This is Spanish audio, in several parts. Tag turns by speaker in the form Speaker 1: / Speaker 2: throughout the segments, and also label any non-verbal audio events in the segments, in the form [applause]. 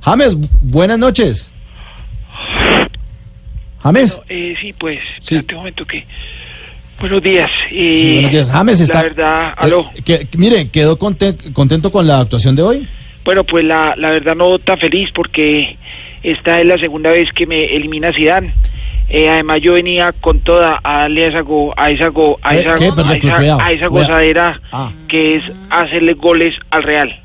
Speaker 1: James, buenas noches. James.
Speaker 2: Eh, sí, pues, espérate un momento que... Buenos días. eh,
Speaker 1: Sí, buenos días. James está.
Speaker 2: La verdad, aló.
Speaker 1: Eh, que- que- mire, quedó conten- contento con la actuación de hoy.
Speaker 2: Bueno, pues la, la verdad no tan feliz porque esta es la segunda vez que me elimina Zidane. Eh, además yo venía con toda a darle a esa, go- a esa, go- a
Speaker 1: ¿Qué?
Speaker 2: esa,
Speaker 1: ¿Qué? Perdón, pues,
Speaker 2: a esa-
Speaker 1: cuidado,
Speaker 2: a esa
Speaker 1: cuidado.
Speaker 2: gozadera
Speaker 1: Ah.
Speaker 2: que es hacerle goles al Real.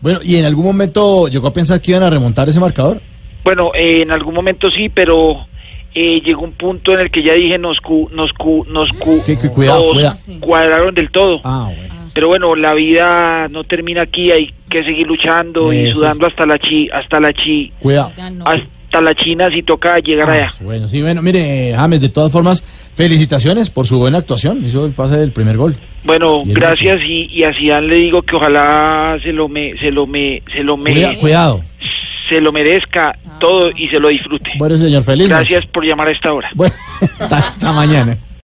Speaker 1: Bueno, ¿y en algún momento llegó a pensar que iban a remontar ese marcador?
Speaker 2: Bueno, eh, en algún momento sí, pero eh, llegó un punto en el que ya dije nos cu, nos cu, nos cu,
Speaker 1: Que- que cuidado,
Speaker 2: nos
Speaker 1: cuidado.
Speaker 2: cuadraron del todo.
Speaker 1: Ah, bueno.
Speaker 2: Pero bueno, la vida no termina aquí, hay que seguir luchando y
Speaker 1: Eso es.
Speaker 2: sudando hasta la chi, hasta la chi,
Speaker 1: Cuidado.
Speaker 2: hasta la China si toca llegar allá.
Speaker 1: Ah, bueno, sí, bueno, mire, James, de todas formas, felicitaciones por su buena actuación. Hizo el pase del primer gol.
Speaker 2: Bueno,
Speaker 1: Y el
Speaker 2: gracias y, y a Zidane le digo que ojalá se lo me, se lo me, se lo me,
Speaker 1: Cuida- cuidado.
Speaker 2: se lo merezca todo y se lo disfrute.
Speaker 1: Bueno, señor, feliz. noche.
Speaker 2: Gracias por llamar a esta hora.
Speaker 1: Bueno, [laughs] hasta hasta mañana.